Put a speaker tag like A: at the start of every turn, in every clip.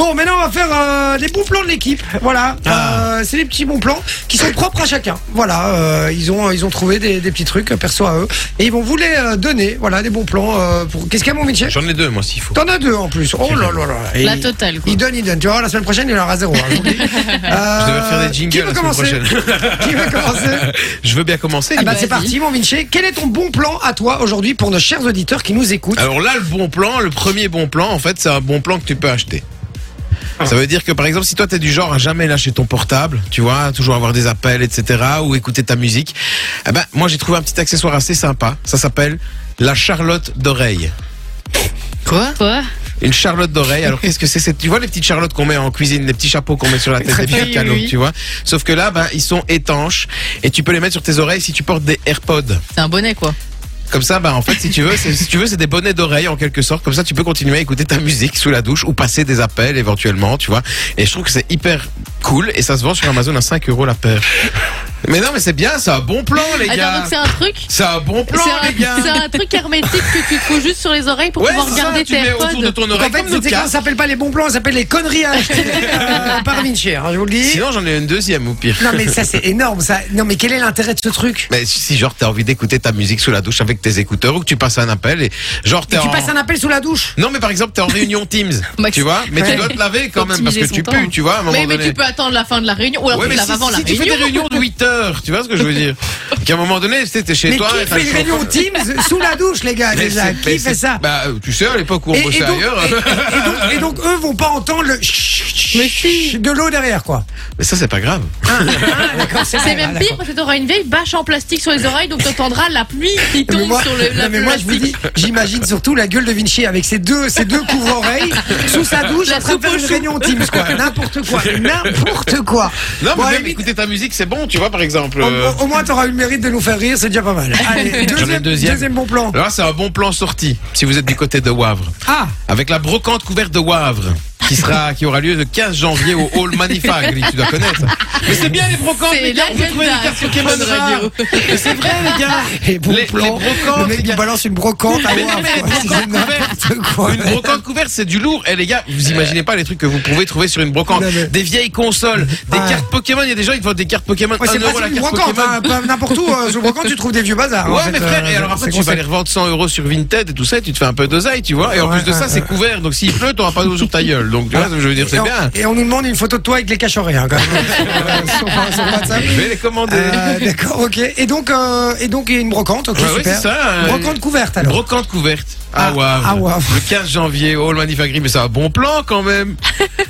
A: va faire euh, des bons plans de l'équipe. Voilà,
B: Ah.
A: Euh, c'est des petits bons plans qui sont propres à chacun. Voilà, euh, ils ont ils ont trouvé des, des petits trucs euh, perso à eux et ils vont vous les euh, donner. Voilà, des bons plans. euh, pour... Qu'est-ce qu'il y a mon Vinci
B: J'en ai deux, moi, s'il faut.
A: T'en as deux en plus. Oh là là là. là.
B: Et
C: La totale, quoi.
A: Il donne, il donne. Tu vois, la semaine prochaine, il aura zéro. hein, je vous le dis. Euh,
B: Je devais faire des
A: Qui
B: jingles
A: veut
B: la semaine
A: commencer
B: prochaine.
A: Qui veut commencer
B: Je veux bien commencer.
A: Eh ben,
C: Vas-y.
A: c'est parti, mon Vinci. Quel est ton bon plan à toi aujourd'hui pour nos chers auditeurs qui nous écoutent
B: Alors là, le bon plan, le premier bon plan, en fait, c'est un bon plan que tu peux acheter. Ça veut dire que par exemple, si toi t'es du genre à jamais lâcher ton portable, tu vois, toujours avoir des appels, etc., ou écouter ta musique, eh ben moi j'ai trouvé un petit accessoire assez sympa. Ça s'appelle la charlotte d'oreille.
C: Quoi Quoi
B: Une charlotte d'oreille. Alors qu'est-ce que c'est C'est- Tu vois les petites charlottes qu'on met en cuisine, les petits chapeaux qu'on met sur la tête,
A: Très
B: les petits
C: bien.
B: canons,
C: Oui, oui.
B: tu vois. Sauf que là, ben, ils sont étanches et tu peux les mettre sur tes oreilles si tu portes des AirPods.
C: C'est un bonnet, quoi.
B: Comme ça, bah en fait, si tu veux, c'est- si tu veux, c'est des bonnets d'oreille en quelque sorte. Comme ça, tu peux continuer à écouter ta musique sous la douche ou passer des appels éventuellement, tu vois. Et je trouve que c'est hyper cool et ça se vend sur Amazon à 5 euros la paire. Mais non, mais c'est bien, c'est un bon plan, les
C: Attends,
B: gars.
C: donc c'est un truc
B: C'est un bon plan,
C: C'est un,
B: les gars.
C: c'est un truc hermétique que tu te fous juste sur les oreilles pour
B: Ouais,
C: pouvoir
B: c'est ça,
C: garder
B: tu
C: tes
B: mets autour de
C: AirPods.
B: ton
A: Donc,
B: oreille
A: en fait,
B: comme
A: c'est
B: notre
A: quand
B: cas.
A: ça s'appelle pas les bons plans, ça s'appelle les conneries à acheter euh, par Vinci, hein, je vous le dis.
B: Sinon, j'en ai une deuxième au pire.
A: Non mais ça c'est énorme ça. Non mais quel est l'intérêt de ce truc
B: Mais si genre t'as envie d'écouter ta musique sous la douche avec tes écouteurs ou que tu passes un appel et genre t'es
A: Et Tu
B: en-
A: passes un appel sous la douche
B: Non mais par exemple t'es en réunion Teams,
C: Max-
B: tu vois, mais
A: Ouais.
B: tu dois te laver quand
C: Faut
B: même parce que
C: optimiser son
B: tu
C: temps.
B: pues, tu vois. À un moment
C: Mais, mais
B: donné.
C: tu peux attendre la fin de la réunion ou alors
B: Ouais,
C: tu
B: mais
C: laves
B: si,
C: avant la
B: si tu fais des
C: réunion.
B: réunions de 8 heures, tu vois ce que je veux dire Qu'à un moment donné, tu sais, t'es chez
A: Mais
B: toi.
A: qui
B: et
A: fait
B: t'as le
A: une
B: chauffeur.
A: réunion Teams sous la douche les gars
B: Mais
A: déjà
B: c'est-
A: Qui
B: mais
A: fait
B: c'est-
A: ça
B: Bah, tu sais, à l'époque où on
A: et, et
B: bossait
A: donc,
B: ailleurs.
A: et- et- et donc- et donc, eux vont pas entendre le chut,
C: Mais
A: chut
C: si.
A: de l'eau derrière quoi.
B: Mais ça, c'est pas grave.
A: Ah, d'accord,
C: C'est
A: vrai, ah,
C: même
A: d'accord.
C: pire parce que t'auras une vieille bâche en plastique sur les oreilles donc t'entendras la pluie qui
A: Mais
C: tombe
A: moi,
C: sur le
A: non,
C: la
A: mais moi, je vous dis,
C: plastique.
A: j'imagine surtout la gueule de Vinci avec ses deux, ses deux couvre-oreilles sous sa douche
C: La
A: en train de faire une
C: soupe au chou.
A: réunion Teams, quoi. N'importe quoi. N'importe quoi.
B: Non, mais
A: Bon,
B: même
A: allez,
B: écouter ta musique, c'est bon, tu vois, par exemple.
A: au,
B: euh,
A: au- au moins, t'auras eu le mérite de nous faire rire, c'est déjà pas mal. Allez,
B: ai
A: deuxième,
B: une deuxième.
A: deuxième bon plan.
B: Alors là, c'est un bon plan sorti, si vous êtes du côté de Wavre.
A: Ah,
B: Avec la brocante couverte de Wavre, qui sera, qui aura lieu le 15 janvier au Hall Manifagri, tu dois connaître. Mais c'est bien les brocantes,
C: C'est
B: les gars,
C: la
B: on peut trouver des cartes Pokémon
C: Fun
B: rares.
C: Radio.
B: Mais c'est vrai, eh, les gars.
A: et bon
B: Les-
A: plan.
B: les brocantes,
A: le mec
B: les
A: qui
B: gars.
A: balance une brocante à
B: Mais non,
A: Wavre,
B: mais les
A: quoi. C'est
B: brocantes
A: n'importe quoi.
B: Une brocante couverte, c'est du lourd. Et les gars, vous imaginez pas les trucs que vous pouvez trouver sur une brocante.
A: Non, mais-
B: Des vieilles consoles, des
A: Ouais.
B: cartes Pokémon. Il y a des gens qui te vendent des cartes Pokémon.
A: Ouais,
B: 1
A: c'est
B: euro
A: pas
B: la
A: une
B: carte
A: brocante,
B: Pokémon.
A: hein. Pas- n'importe où. euh, Sur le brocante, tu trouves des vieux bazars. en
B: Ouais,
A: fait,
B: mais frère, et
A: euh,
B: alors après,
A: c'est
B: tu vas
A: concept.
B: les revendre 100 euros sur Vinted et tout ça, et tu te fais un peu d'oseille, tu vois. Et en
A: Ouais,
B: plus de
A: ouais,
B: ça, c'est couvert, donc s'il pleut, t'auras pas d'eau sur ta gueule. Donc, tu vois, je veux dire,
A: Et
B: c'est
A: on-
B: bien.
A: Et on nous demande une photo de toi avec les cachorés, hein, quand même. Euh, sur- sur WhatsApp.
B: Je vais les commander.
A: Euh, D'accord, ok. Et donc, euh, et donc, il y a une brocante, ok,
B: Ouais, ouais,
A: super.
B: c'est ça, euh,
A: brocante couverte, alors.
B: Brocante couverte à
A: Ah,
B: Wavre.
A: à Wavre.
B: Le 15 janvier, au Hall Manifagri, mais c'est un bon plan quand même.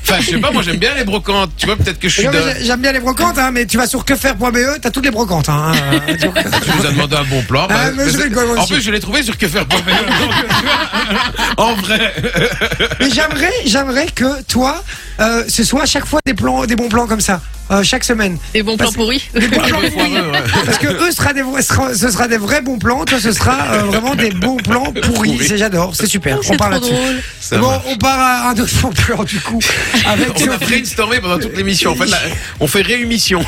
B: Enfin, je sais pas, moi j'aime bien les brocantes. Tu vois, peut-être que je suis
A: Non, mais
B: d'un-
A: j'ai- J'aime bien les brocantes, hein, mais tu vas sur quefaire.be, E, t'as toutes les brocantes. Hein, euh, tu vois.
B: Tu nous as demandé un bon plan. bah,
A: Ah, mais je
B: c'est-
A: rigole, moi
B: en
A: aussi.
B: plus, je l'ai trouvé sur que faire pour Vélo. En vrai.
A: mais j'aimerais, j'aimerais que toi, euh, ce soit à chaque fois des plans, des bons plans comme ça, euh, chaque semaine.
C: Des bons plans pourris.
A: Des plans
B: Ouais,
A: pourris.
B: ouais, ouais.
A: Parce que eux sera des vrais- sera- ce sera des vrais bons plans, toi ce sera euh, vraiment des bons plans pourris.
B: Pourris.
A: C'est- J'adore, c'est super.
C: Oh, C'est
A: on part
C: trop
A: là-dessus.
C: drôle.
B: Ça
A: bon,
B: marche.
A: on part à un autre bon plan du coup. Avec
B: On a
A: Sophie.
B: brainstormé pendant toute l'émission. En fait, là, on fait réémission.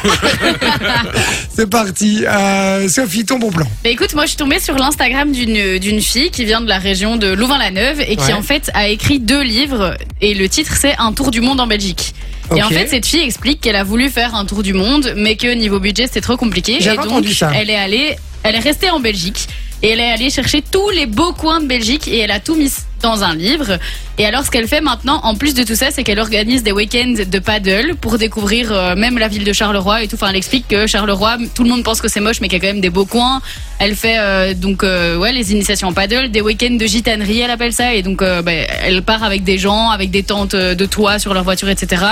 A: C'est parti. Euh, Sophie, ton bon plan.
D: Bah écoute, moi je suis tombée sur l'Instagram d'une d'une fille qui vient de la région de Louvain-la-Neuve et qui
A: Ouais.
D: en fait a écrit deux livres et le titre c'est Un tour du monde en Belgique. Et en
A: Ok.
D: fait, cette fille explique qu'elle a voulu faire un tour du monde, mais que niveau budget c'était trop compliqué.
A: J'avais
D: Et donc,
A: entendu ça.
D: Elle est allée, elle est restée en Belgique et elle est allée chercher tous les beaux coins de Belgique et elle a tout mis dans un livre. Et alors, ce qu'elle fait maintenant, en plus de tout ça, c'est qu'elle organise des week-ends de paddle pour découvrir euh, même la ville de Charleroi et tout. Enfin, elle explique que Charleroi, tout le monde pense que c'est moche, mais qu'il y a quand même des beaux coins. Elle fait euh, donc euh, ouais les initiations en paddle, des week-ends de gitanerie, elle appelle ça. Et donc, euh, bah, elle part avec des gens, avec des tentes euh, de toit sur leur voiture, etc.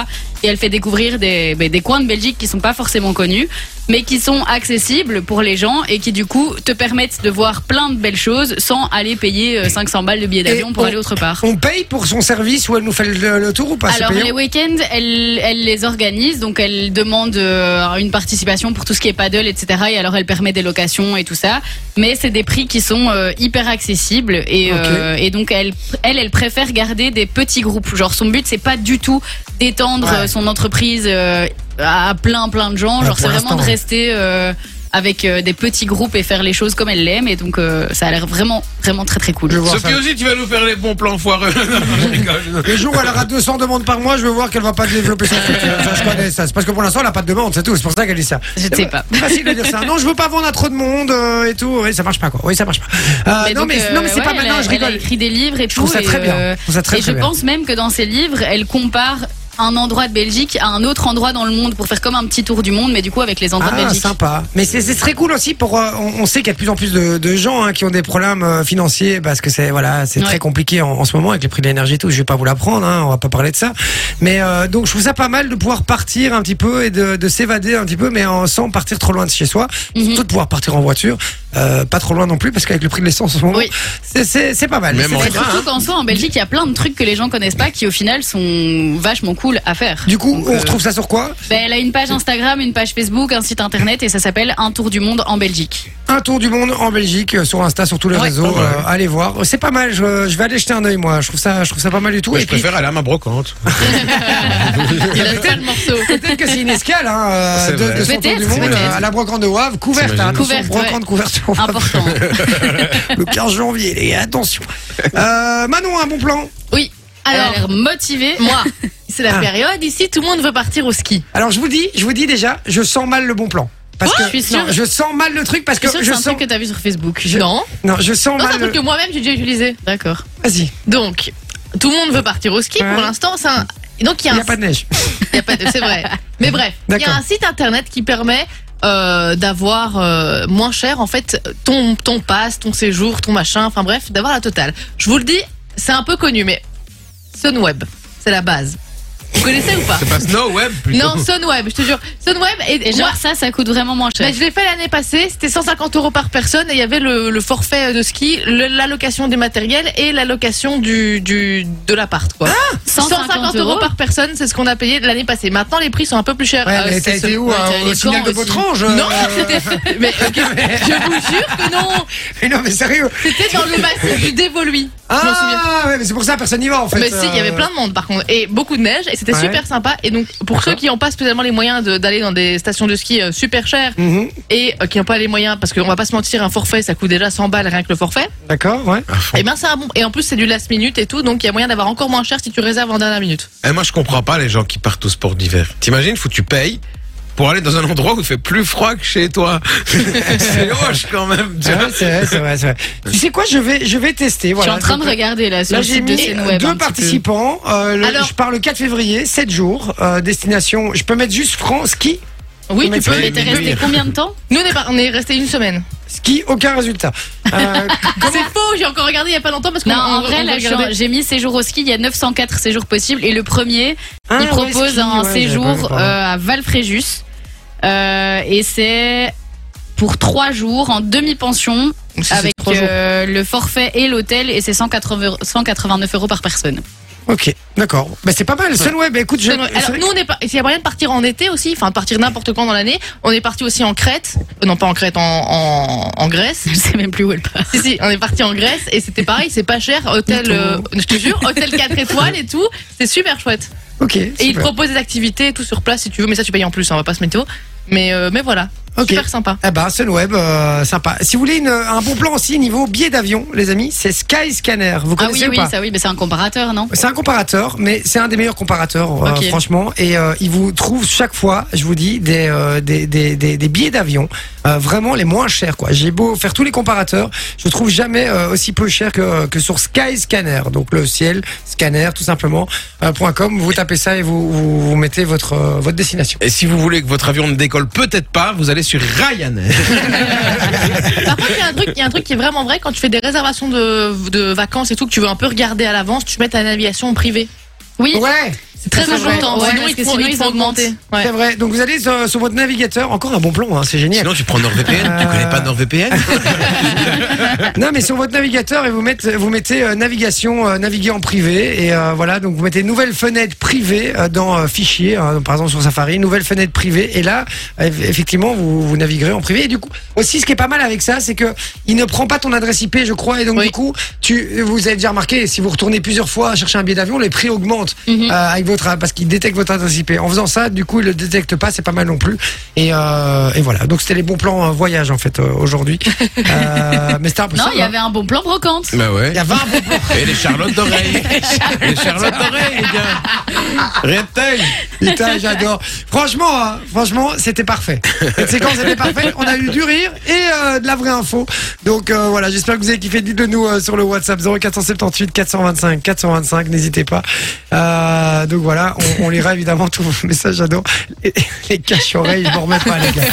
D: Et elle fait découvrir des, bah, des coins de Belgique qui sont pas forcément connus, mais qui sont accessibles pour les gens et qui du coup te permettent de voir plein de belles choses sans aller payer euh, 500 balles de billets d'avion pour
A: on-
D: aller autre part.
A: On paye pour son service ou elle nous fait le, le tour ou pas C'est
D: Alors
A: payant
D: les week-ends, elle, elle les organise, donc elle demande euh, une participation pour tout ce qui est paddle, etc. Et alors elle permet des locations et tout ça, mais c'est des prix qui sont euh, hyper accessibles et,
A: Ok.
D: euh, et donc elle, elle, elle préfère garder des petits groupes. Genre son but c'est pas du tout d'étendre
A: Ouais.
D: euh, son entreprise euh, à plein plein de gens,
A: Ouais,
D: genre
A: pour
D: c'est vraiment
A: l'instant,
D: de
A: ouais.
D: rester euh, avec euh, des petits groupes et faire les choses comme elle l'aime. Et donc, euh, ça a l'air vraiment, vraiment très très cool.
A: Je vois
B: Sophie
A: ça.
B: aussi, tu vas nous faire les bons plans foireux. Non, je rigole, je-
A: Le jour où elle aura 200 demandes par mois, je veux voir qu'elle va pas développer son truc. Ça, je connais ça. C'est parce que pour l'instant, elle a pas de demande, c'est tout. C'est pour ça qu'elle dit ça.
D: Je ne sais pas.
A: Facile de dire ça. Non, je veux pas vendre à trop de monde euh, et tout. Oui, ça marche pas quoi. Oui, ça marche pas. Euh, non,
D: donc,
A: mais,
D: euh,
A: non, mais c'est
D: ouais,
A: pas
D: elle
A: maintenant,
D: a-
A: je
D: Elle a
A: rigole.
D: écrit des livres et tout.
A: trouve ça
D: et,
A: très bien.
D: euh,
A: Je trouve ça très,
D: et
A: très
D: je
A: bien.
D: pense même que dans ses livres, elle compare un endroit de Belgique à un autre endroit dans le monde pour faire comme un petit tour du monde, mais du coup avec les endroits de
A: Ah,
D: Belgique.
A: sympa. Mais c'est c'est très cool aussi pour. euh, on, on sait qu'il y a de plus en plus de, de gens hein, qui ont des problèmes euh, financiers parce que c'est voilà, c'est
D: Ouais.
A: très compliqué en, en ce moment avec les prix de l'énergie et tout. Je vais pas vous l'apprendre, hein, on va pas parler de ça. Mais euh, donc je trouve ça pas mal de pouvoir partir un petit peu et de, de s'évader un petit peu, mais en- sans partir trop loin de chez soi.
D: Mhm.
A: Surtout de pouvoir partir en voiture, euh, pas trop loin non plus parce qu'avec le prix de l'essence en ce moment,
D: Oui.
A: c'est- c'est c'est pas mal.
B: Même
A: C'est
B: en
A: très
D: Et Surtout qu'en soi, en Belgique, il y a plein de trucs que les gens connaissent pas qui, au final, sont vachement cool à faire.
A: Du coup,
D: Donc,
A: on
D: euh,
A: retrouve ça sur quoi
D: ben, elle a une page Instagram, une page Facebook, un site internet et ça s'appelle Un tour du monde en Belgique.
A: Un tour du monde en Belgique euh, sur Insta, sur tous les
D: Ouais.
A: réseaux.
B: Pas mal.
A: euh, allez voir, c'est pas mal. Je, je vais aller jeter un œil moi. Je trouve ça, je trouve ça pas mal du tout.
B: Ouais,
A: Et
B: je
A: puis,
B: préfère aller à ma brocante.
D: Il a pas le morceau.
A: peut-être que c'est une escale hein, euh,
B: C'est
A: de,
B: vrai.
A: de son tour
D: Peut-être,
A: du monde
D: peut-être.
A: euh, à la brocante de Wavre, couverte.
B: T'imagines
A: Hein, attention,
D: Couverte,
A: brocante
D: ouais.
A: couverte sur Wavre,
D: Important.
A: le 15 janvier. Les gars, attention. Euh, Manon, un bon plan.
C: Oui.
D: Elle a
C: Alors,
D: l'air motivée.
C: moi, c'est la
A: Ah.
C: période ici, tout le monde veut partir au ski.
A: Alors je vous dis, je vous dis déjà, je sens mal le bon plan. Parce que
D: je suis sûre.
A: non, je sens mal le truc parce
D: Je
A: que
D: suis sûre que
A: je
D: c'est un
A: sens,
D: truc que t'as vu sur Facebook.
C: Non.
A: non, je sens
C: Non, c'est un
A: mal.
C: truc que
A: le-
C: moi-même j'ai déjà utilisé.
D: D'accord.
A: Vas-y,
C: Donc, tout le monde veut partir au ski
A: Ouais.
C: pour l'instant. c'est un- Et Donc, il y
A: il
C: a,
A: n'y
C: un...
A: a pas de neige.
C: il y a pas de- C'est vrai. Mais bref, il y
A: D'accord.
C: a un site internet qui permet euh, d'avoir euh, moins cher, en fait, ton, ton passe, ton séjour, ton machin, enfin bref, d'avoir la totale. Je vous le dis, c'est un peu connu, mais Sunweb, c'est la base. Vous connaissez ou pas
B: C'est pas Snow Web plutôt.
C: Non, Sunweb, je te jure. Sunweb, et,
D: Et genre, ça, ça coûte vraiment moins cher.
C: Ben, je l'ai fait l'année passée, c'était 150 euros par personne et il y avait le, le forfait euh, de ski, le- l'allocation des matériels et l'allocation du, du, de l'appart. quoi.
D: 150, euros
C: par personne, c'est ce qu'on a payé l'année passée. Maintenant, les prix sont un peu plus chers.
A: Ouais,
C: Euh,
A: mais
C: c'est
A: t'as
C: ce-
A: été où
D: ouais,
A: hein,
D: t'as les
A: Au signal
D: camps
A: de
D: aussi.
A: Botrange
C: Non,
A: euh,
C: c'était- mais, ok, je vous jure que non.
A: mais non, mais sérieux.
C: C'était dans le massif du Dévoluy. je m'en souviens.
A: Ah, ouais, mais c'est pour ça, personne n'y va en fait. euh.
C: Mais si, il y avait plein de monde par contre, et beaucoup de neige, et c'était
A: Ouais.
C: super sympa. Et donc, pour ceux qui n'ont pas spécialement les moyens de- d'aller dans des stations de ski euh, super chères
A: de.
C: et euh, qui n'ont pas les moyens, parce qu'on va pas se mentir, un forfait ça coûte déjà 100 balles rien que le forfait.
A: D'accord, ouais.
C: Et bien c'est un bon. Et en plus c'est du last minute et tout, donc il y a moyen d'avoir encore moins cher si tu réserves en dernière minute.
B: Eh, moi, je comprends pas les gens qui partent au sport d'hiver. T'imagines, faut que tu payes pour aller dans un endroit où il fait plus froid que chez toi. c'est hoche quand même. tu
A: Ah
B: vois.
A: ouais, c'est vrai, c'est vrai, c'est vrai. Tu sais quoi, je vais, je vais tester.
D: Je suis
A: Voilà,
D: en train de
A: Donc,
D: regarder là sur
A: Là,
D: le
A: j'ai
D: site de hein,
A: mis
D: scène web.
A: deux participants. Euh, le-
C: Alors-
A: je pars le 4 février, 7 jours. euh, destination, je peux mettre juste France, ski,
C: Oui,
A: Mais
C: tu peux.
B: tu-
D: Mais t'es resté combien de temps
C: Nous on est, par- on est resté une semaine.
A: ski, aucun résultat. Euh,
C: C'est faux, j'ai encore regardé il y a pas longtemps parce qu'on
D: Non, en
C: on-
D: vrai,
C: on
D: là, je suis en-
C: regardait.
D: j'ai mis séjour au ski. Il y a 904 séjours possibles. Et le premier,
A: ah, ouais,
D: il propose
A: ski,
D: un
A: ouais, j'avais pas vu,
D: séjour
A: pardon.
D: euh, à Valfréjus. Euh, et c'est pour trois jours en demi-pension
C: Si, c'est
D: avec
C: trois jours.
D: euh, le forfait et l'hôtel. Et c'est 180 189 euros par personne.
A: Ok, d'accord. Bah, c'est pas mal. Sunweb, écoute, je.
C: Alors,
A: c'est vrai
C: nous, on est pas- il y a moyen de partir en été aussi, enfin de partir n'importe quand dans l'année. On est parti aussi en Crète, Euh, non pas en Crète, en, en, en Grèce.
D: Je sais même plus où elle part.
C: si si, on est parti en Grèce et c'était pareil, c'est pas cher, hôtel, euh, je te jure, hôtel 4 étoiles et tout, c'est super chouette.
A: que- Ok.
C: Et il
A: super.
C: propose des activités et tout sur place si tu veux, mais ça tu payes en plus, hein, on va pas se météo. Mais, euh, mais voilà,
A: Ok.
C: super sympa.
A: Eh ben, Sunweb, euh, sympa. Si vous voulez une- un bon plan aussi niveau billet d'avion, les amis, c'est Skyscanner. Vous
D: Ah
A: connaissez
D: oui,
A: ou
D: oui,
A: pas
D: ça oui, mais c'est un comparateur, non
A: C'est un comparateur, mais c'est un des meilleurs comparateurs, euh,
D: Ok.
A: franchement. Et euh, il vous trouve chaque fois, je vous dis, des, euh, des, des, des, des billets d'avion euh, vraiment les moins chers. quoi. J'ai beau faire tous les comparateurs, je trouve jamais euh, aussi peu cher que, que sur Skyscanner. Donc le ciel, scanner, tout simplement, euh, point .com. Vous tapez ça et vous, vous, vous mettez votre, euh, votre destination.
B: Et si vous voulez que votre avion ne décolle peut-être pas, vous allez sur Ryanair.
C: Par contre, il y a un truc, il y a un truc qui est vraiment vrai quand tu fais des réservations de, de vacances et tout que tu veux un peu regarder à l'avance, tu mets ta navigation privée.
D: Oui,
A: Ouais,
C: C'est très
A: C'est vrai.
C: important.
D: Ouais,
C: sinon,
D: parce
C: ils
D: que
C: te font-
D: sinon,
C: ils
D: ils
C: te font augmenter. Ouais.
A: c'est vrai. Donc vous allez sur, sur votre navigateur, encore un bon plan, hein, c'est génial.
B: Sinon, tu prends NordVPN. Tu connais pas NordVPN
A: Non, mais sur votre navigateur et vous mettez, vous mettez euh, navigation, euh, naviguer en privé et euh, voilà, donc vous mettez nouvelle fenêtre privée euh, dans euh, fichier, hein, par exemple sur Safari, nouvelle fenêtre privée et là, euh, effectivement, vous, vous naviguerez en privé. Et du coup, aussi, ce qui est pas mal avec ça, c'est que il ne prend pas ton adresse IP, je crois, et donc
C: Oui.
A: du coup, tu, vous avez déjà remarqué, si vous retournez plusieurs fois chercher un billet d'avion, les prix augmentent
D: Mhm.
A: euh, avec votre votre parce qu'il détecte votre adresse IP. En faisant ça, du coup, il le détecte pas, c'est pas mal non plus. Et, euh, et voilà. Donc c'était les bons plans euh, voyage en fait euh, aujourd'hui. Euh, mais c'était
D: Non,
A: impressionnant.
D: il y avait un bon plan brocante.
B: Bah ouais.
A: Il y a 20 bons plans.
B: Et les Charlotte d'oreille. les Charlotte d'oreille, les gars. Rien de tel.
A: Putain, j'adore. Franchement, hein, franchement, c'était parfait. Cette séquence était parfaite. On a eu du rire et euh, de la vraie info. Donc euh, voilà, j'espère que vous avez kiffé. Dites-le nous euh, sur le WhatsApp 0478 425 425. N'hésitez pas. Euh, donc voilà, on, on lira évidemment tous vos messages. J'adore. Les, les caches oreilles, je m'en remets pas les gars.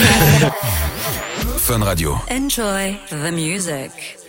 E: Fun Radio.
F: Enjoy the music.